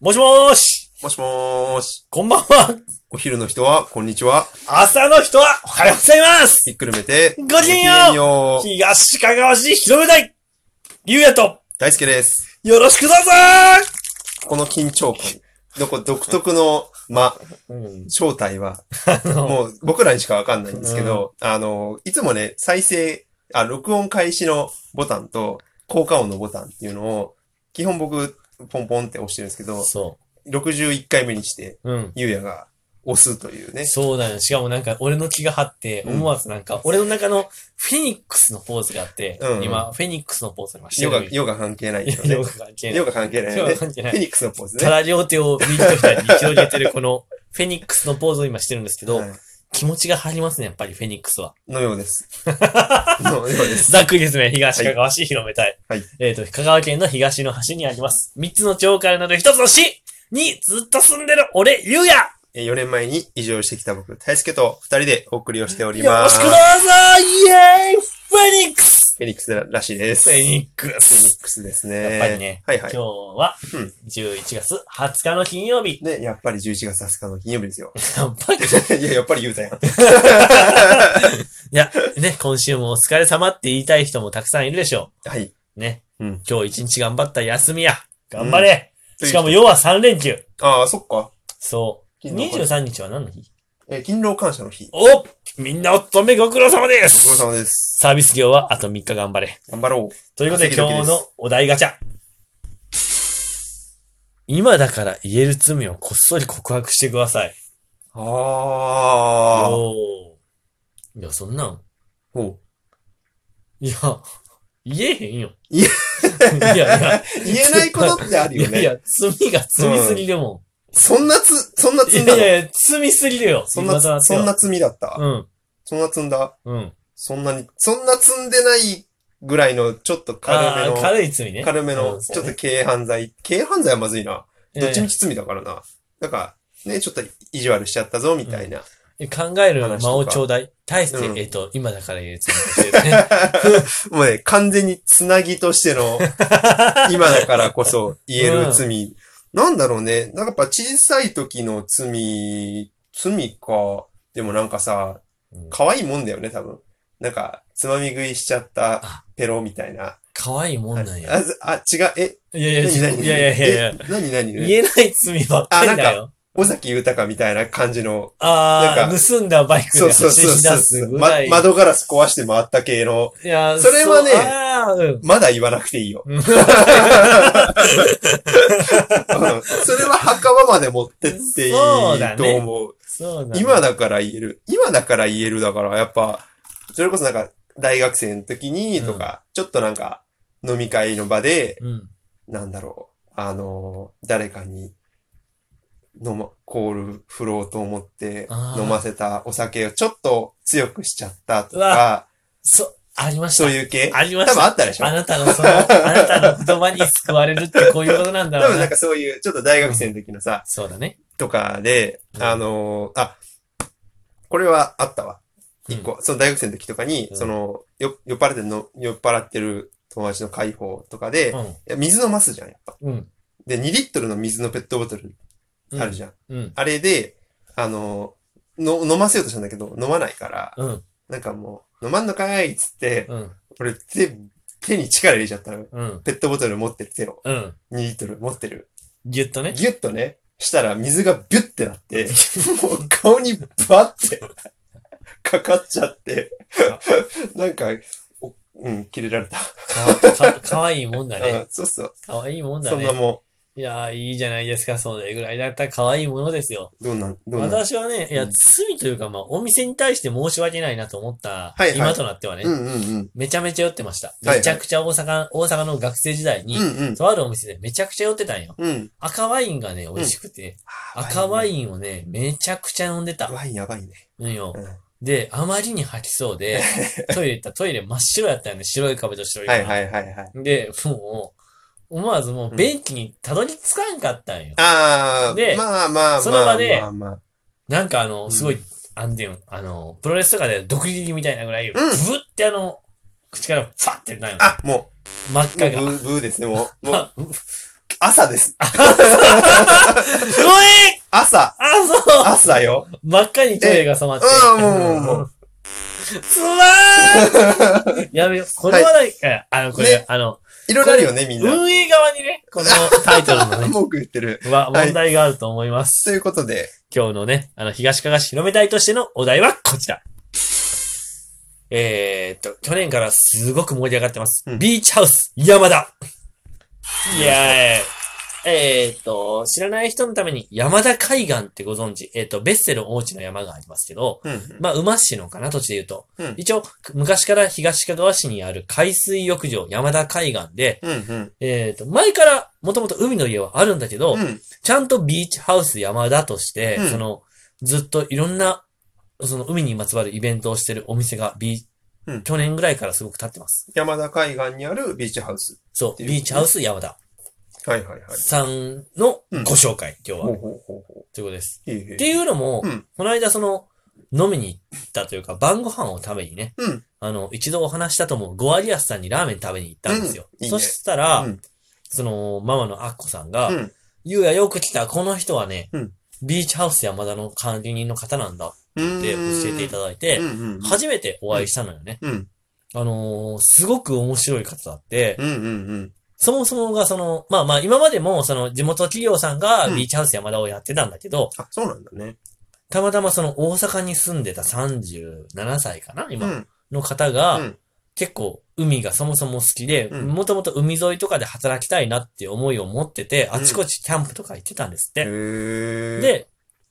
もしもーしもしもーし。こんばんはお昼の人は、こんにちは。朝の人はおはようございますひっくるめて。ごきげんようごきげんよう東かがわ市広め台ゆうやと大輔です。よろしくどうぞこの緊張感。のこ独特の間、ーうん。正体は、のもう僕らにしかわかんないんですけど、あの、いつもね、再生、あ、録音開始のボタンと、効果音のボタンっていうのを、基本僕、ポンポンって押してるんですけど、そ61回目にして、う。うん。ゆうやが押すというね。そうだよ。しかもなんか俺の気が張って、うん思わずなんか俺の中のフェニックスのポーズがあって、うん今、フェニックスのポーズを今してヨるガ、。ヨガ関係ないけどヨねガ。関係ないヨ。ガ関係ない ヨよガね。関係フなェい。ニックスのポーズね。ただ両手を右と左に広げてるこのフェニックスのポーズを今してるんですけど、はい気持ちが張りますね、やっぱりフェニックスは。のよ うです。のようです。ざっくりですね、東かがわ市広めたい。はいえっ、と、香川県の東の端にあります。三つの町からなる一つの市にずっと住んでる俺、ゆうやえー4年前に移住してきた僕、大輔と2人でお送りをしておりよまろす。しくどうぞイエーイフェニックスフェニックスらしいです。フェニックフェニスックスですね。やっぱりね、はいはい今。日はうん11月20日の金曜日。ね、やっぱり11月20日の金曜日で すよ。やっぱりいや、やっぱり言うたやん。いや、ね、今週もお疲れ様って言いたい人もたくさんいるでしょはい。う。ね。うん今日一日頑張った休みや。頑張れ、うんしかも要は3連休。ああ、そっか。そう。勤労感謝23日は何の日えー勤労感謝の日。おみんなお勤めご苦労様でご苦労す様です。サービス業はあと3日頑張れ。頑張ろう。ということで稼今ぎ時で日すのお題ガチャ。今だから言える罪をこっそり告白してください。ああ。おーいや、そんなん。ほういや、言えへんよ。いやいやいや、言えないことってあるよいやいね。や、罪が罪すぎでも。そんなつ、そんない積んだやいのやいや、罪すぎでよ。そんな今とつ、そんななって罪だったは。うん、そんな積んだうん。そんなに、そんな積んでないぐらいの、ちょっと軽めあのー、軽い罪ね。軽めの、うんちょっと軽犯罪。軽犯罪はまずいな。どっちみいち罪だからな。なんか、ね、ちょっと意地悪しちゃったぞ、みたいな。やいや考える間をちょうだい。対して、うんえっと、今だから言える罪としてね。 もうね、完全につなぎとし ての、今だからこそ言える罪。なんだろうね。なんかやっぱ小さい時の罪、罪か。でもなんかさうん、可愛いもんだよね、多分。なんか、つまみ食いしちゃったペロみたいな。 可愛いもんなんや。あ、あ違う、え、いやいや、何何いやいやいやいや。え何何言えない罪ばっかりだよ。尾崎豊みたいな感じの、あなんあ、盗んだバイクでそう走そうりそう出そすう、ぐまらい。窓ガラス壊して回った系の、いや、それはねね、まだ言わなくていいよ。うん。うんそれは墓場まで持ってっていいそうだとね思う。そうなん今だから言える。今だから言えるだから、やっぱ、それこそなんか、大学生の時にとか、ちょっとなんか、飲み会の場で、うん。なんだろう、あのー、誰かに、飲ま、コール振ろうと思ってあー飲ませたお酒をちょっと強くしちゃったとか、そう、ありましそうた。いう系ありま多し分た。あったでしょあなたのその、あなたの言葉に救われるってこういうことなんだ多ろう分なんな。かそういう、ちょっと大学生の時のさ、そうだね。とかでう、んあのー、あ、これはあったうわ。ん一個、その大学生の時とかにう、んその、よ酔っ払ってんの、酔っ払ってる友達の解放とかで、いや水飲ますじゃん、やっぱ。うん。で、2リットルの水のペットボトルうん。あるじゃん。うん。あれで、あのー、の、飲ませようとしたんだけど、飲まないから、うん。なんかもう、飲まんのかいっつって、うん。俺手、手に力入れちゃったの。うん。ペットボトル持ってる手を、うん。 2リットル持ってる。ぎゅっとね。ギュッとね、したら水がビュッてなって、もう顔にバッてかかっちゃって、なんか、おうん、切れられた。かか かわいいもんだあね。そうそう。 かわいいもんだそんねな。もいやー、いいじゃないですか。それぐらいだったら可愛いものですよ。ん、どうなん、どうなん。私はね、いうや、ん罪というか、まあ、お店に対して申し訳ないなと思ったはいは、い今となってはねう、んうんうん。めちゃめちゃ酔ってました。いはいめちゃくちゃ大阪、大阪の学生時代にう、んとあるお店でめちゃくちゃ酔ってたんよ。うん。うん。赤ワインがね、美味しくて、赤ワインをね、めちゃくちゃ飲んでた。ワインやばいね。うんようん。で、あまりに吐きそうで、 トイレ行ったトイレ真っ白やったよね。白い壁と白いは壁。いはいはいはい。で、もう、思わずもう便器にたどり着かんかったんよ。あでー、まあまあまあまあ。その場でまあまあなんかあの、んすごい、あんでん、あの、プロレスとかで毒斬りみたいなぐらい、ブブってあの、口からファってなるの。あ、も真っう、も赤うブが。 ー、ブーですね、もう。もうあ、朝です。黒い朝。あ、そう朝よ。真っ赤にトイレが染まって。うん、もう、もう、もう。 つまーんやめよう。これはなんか、あの、これ、ねあの、いろいろあるよね、みんな。運営側にね、このタイトルのね、文句言ってる。は はい問題があると思います。ということで、今日のね、あの、東かがし広め隊としてのお題はこちら。えー、っと、去年からすごく盛り上がってます。うんビーチハウス、山田。いやーえー、っと、知らない人のために山田海岸ってご存知、えーっと、ベッセル大内の山がありますけど、うん。まあ、馬市のかな、土地で言うと。うん一応、昔から東かがわ市にある海水浴場、山田海岸で、うん、うん。えーっと、前からもともと海の家はあるんだけど、うん、ちゃんとビーチハウス山田として、うんその、ずっといろんな、その海にまつわるイベントをしてるお店がビー、うん去年ぐらいからすごく経ってます。山田海岸にあるビーチハウス。そう、っていうビーチハウス山田はいはいはい。さんのご紹介、今日ほはう。ほうほうほということです。う。いいねっていうのも、うんこの間その、飲みに行ったというか、晩ご飯を食べにね、うんあの、一度お話したと思うゴアリアスさんにラーメン食べに行ったんですよ。うんいいそねしたら、うんその、ママのアッコさんが、うんゆうやよく来た、この人はね、うんビーチハウス山田の管理人の方なんだって教えていただいて、うんうんうん。初めてお会いしたのよね。うん。あのーすごく面白い方だって、うんうんうん。そもそもがその、まあまあ今までもその地元企業さんがうんビーチハウス山田をやってたんだけど、あ、そうなんだね。たまたまその大阪に住んでた37歳かなう今ん。の方うがん、結構海がそもそも好きで、うんもともと海沿いとかで働きたいなって思いを持ってて、あちこちキャンプとか行ってたんですっへて。ー、で、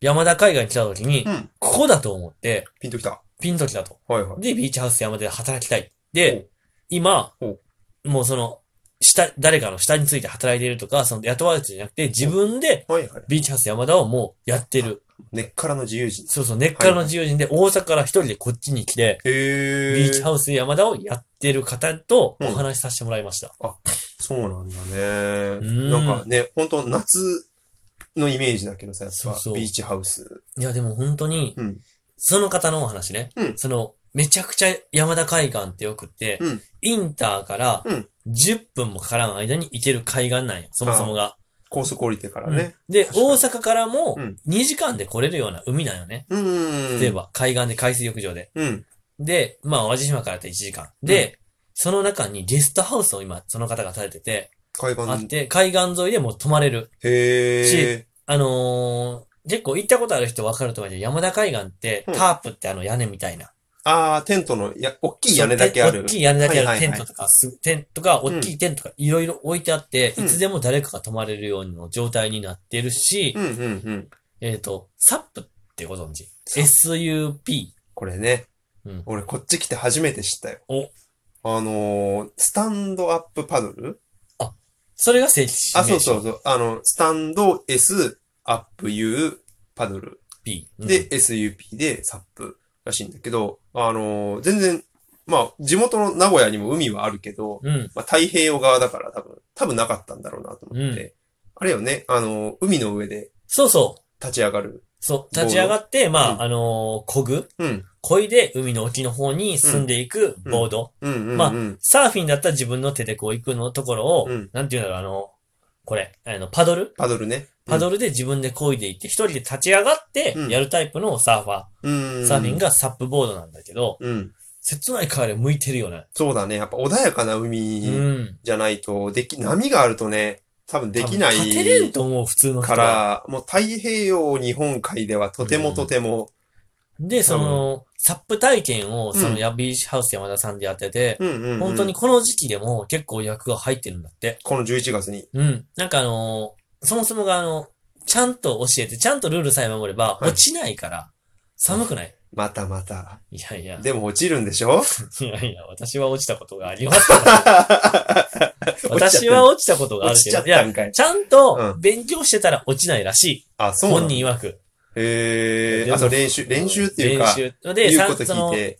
山田海岸に来た時にう、ん。ここだと思って、ピンときた。ピンときたと。はいはい。で、ビーチハウス山で働きたい。ほでう、今ほ、もうその、下、誰かの下について働いているとか、その雇われてるんじゃなくて、自分ではいはい。ビーチハウス山田をもうやってる。根っからの自由人。そうそう、根っからの自由人で大阪から一人でこっちに来て、へビーチウハウス山田をやってる方とうんお話しさせてもらいました。ス。そうなんだね。んなんかね、本当夏のイメージだけどさ、やっそうぱそうビーチハウス。いや、でも本当にうん、その方のお話ねう、んその、めちゃくちゃ山田海岸ってよくってうん、インターからうん10分もかからん間に行ける海岸なんや、そもそもが。高速降りてからね。で、確かに大阪からもうん2時間で来れるような海なんよね。うん。例え。ば、海岸で海水浴場で。うん。で、まあ、淡路島からって1時間。で、その中にゲストハウスを今、その方が建てて、海あっ岸。て、海岸沿いでもう泊まれる。へー。あのー、結構行ったことある人わかると思うけど、山田海岸って、うんタープってあの屋根みたいな。あー、テントの、や、大きい屋根だけある。大きい屋根だけあはるいはいテはいントとか、すテントとか、大きいテントとか、いろいろ置いてあって、うんいつでも誰かが泊まれるような状態になってるし、うんうんうん。えっ、と、サップってご存知 ?SUP。これね。うん俺、こっち来て初めて知ったよ。おあのー、スタンドアップパドルそれが正規。あ、そうそううそう。あの、スタンド S、アップ U、パドル。 P。うんで、、SUP でサップらしいんだけど、あのー、全然、まあ、地元の名古屋にも海はあるけど、うん。まあ、太平洋側だから多分、多分なかったんだろうなと思って。あれよね、あのー、海の上でそうそう。立ち上がる。そう。立ち上がって、まあ、うんあのー、こぐ。うん。こいで海の沖の方に進んでいくボード。うんうんうん。まあうんサーフィンだったら自分の手でこう行くのところを、うんなんていうんだろう、あの、これ、あの、パドルパドルね。パドルで自分で漕いでいって、一人で立ち上がってうんやるタイプのサーファうん。うー、んサーフィン。がサップボードなんだけど、うん。切ない川で向いてるよね。そうだね。やっぱ穏やかな海うん。じゃないと、でき、波があるとね、多分できない。多分立てれんと思う、普通の人かは。ら、もう太平洋日本海ではとてもとても、で、その、サップ体験を、そうの、んヤビーシハウス山田さんでやってて、うんうんうん本当にこの時期でも結構役が入ってるんだって。この11月に。うん。なんかあのーそもそもがあの、ちゃんと教えて、ちゃんとルールさえ守れば、はい落ちないから、寒くないまたまた。いやいや、でも落ちるんでしょ いやいや、私は落ちたことがあり ます。私は落落ちたことがあるちけちゃど、っいたや、んかい。ちゃんとう勉強してたら落ちないらしあ、い。そうな本の人曰く。でへえ。もあ、そう、練習、練習っていうか、練習。で、言うさことそ聞いの、て。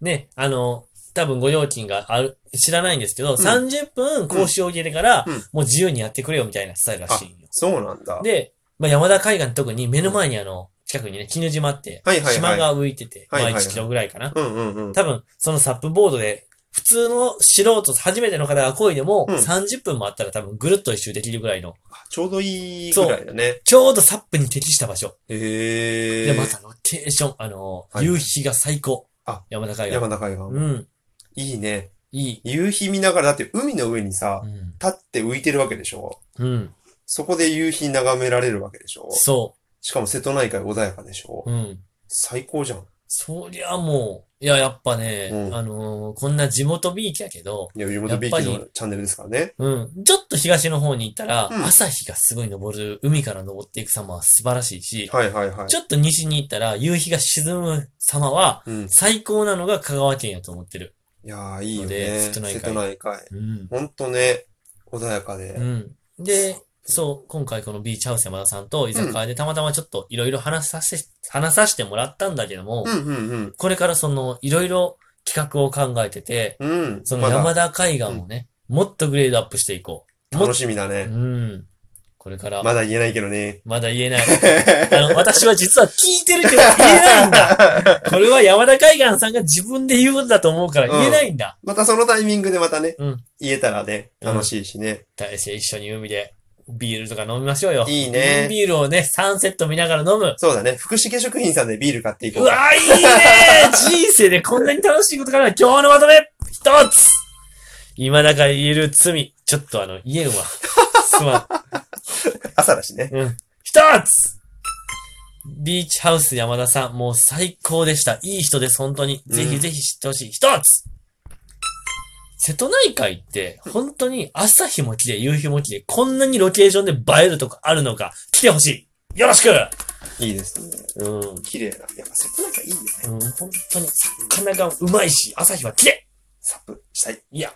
ね、あの、多分ご料金がある、知らないんですけど、30分講習を受けてから、うんもう自由にやってくれよみたいなスタイルらしいよ。そうなんだ。で、まあ、山田海岸特に目の前にあの、近くにね、絹島ってはいはいは、い島が浮いてて、はいはいまあはい1キロぐらいかな。うんうんうん。多分、そのサップボードで、普通の素人、初めての方が漕いでも、うん30分もあったら多分ぐるっと一周できるぐらいの、ちょうどいいぐらいだね。ちょうどサップに適した場所。へえ。で、またロケーション、あの、はい夕日が最高。あ山田海岸。山中海岸。うん。いいね。いい。夕日見ながら、だって海の上にさう、ん。立って浮いてるわけでしょうん。そこで夕日眺められるわけでしょそしかも瀬戸内海穏やかでしょう。うん。最高じゃん。そりゃもう、いや、やっぱね、うんあのーこんな地元ビーチやけど、いや、地元ビーチのチャンネルですからね。うん。ちょっと東の方に行ったら、うん朝日がすごい昇る、海から昇っていく様は素晴らしいし、はいはいはいち。ょっと西に行ったら、夕日が沈む様は、うん。最高なのが香川県やと思ってる。いやー、いいよでね。瀬戸内海瀬戸内海。うん。ほんとね、穏やかでう。ん。で、そう、今回このビーチハウス山田さんと居酒屋でたまたまちょっといろいろ話させ、話させてもらったんだけども、うんうんこれからそのいろいろ企画を考えてて、うん。うん。そのまだ山田海岸をね、もっとグレードアップしていこう。もっ楽しみだうね。ん。これから、まだ言えないけどね。まだ言えない。あの、私は実は聞いてるけど言えないんだ。これは山田海岸さんが自分で言うことだと思うから言えないんだ。またそのタイミングでまたねうん、言えたらね、楽しいしね。大して一緒に海でビールとか飲みましょうよ。いいねビールをね、サンセット見ながら飲む。そうだね。福祉化食品さんでビール買っていうこうか。わ、いいね人生でこんなに楽しいことから今日のまとめ一つ今だから言える罪。ちょっとあの、言えんわ。すまん。朝だしね。うん。一つビーチハウス山田さん、もう最高でした。いい人です、本当に。うんぜひぜひ知ってほしい。一つ瀬戸内海って、本当に朝日も綺麗、夕日も綺麗、こんなにロケーションで映えるとかあるのか、来てほしいよろしくいいですね。うん。うん、綺麗な。やっぱ瀬戸内海いいよね。本当に、魚がうまいし、朝日は綺麗サップしたい。いや。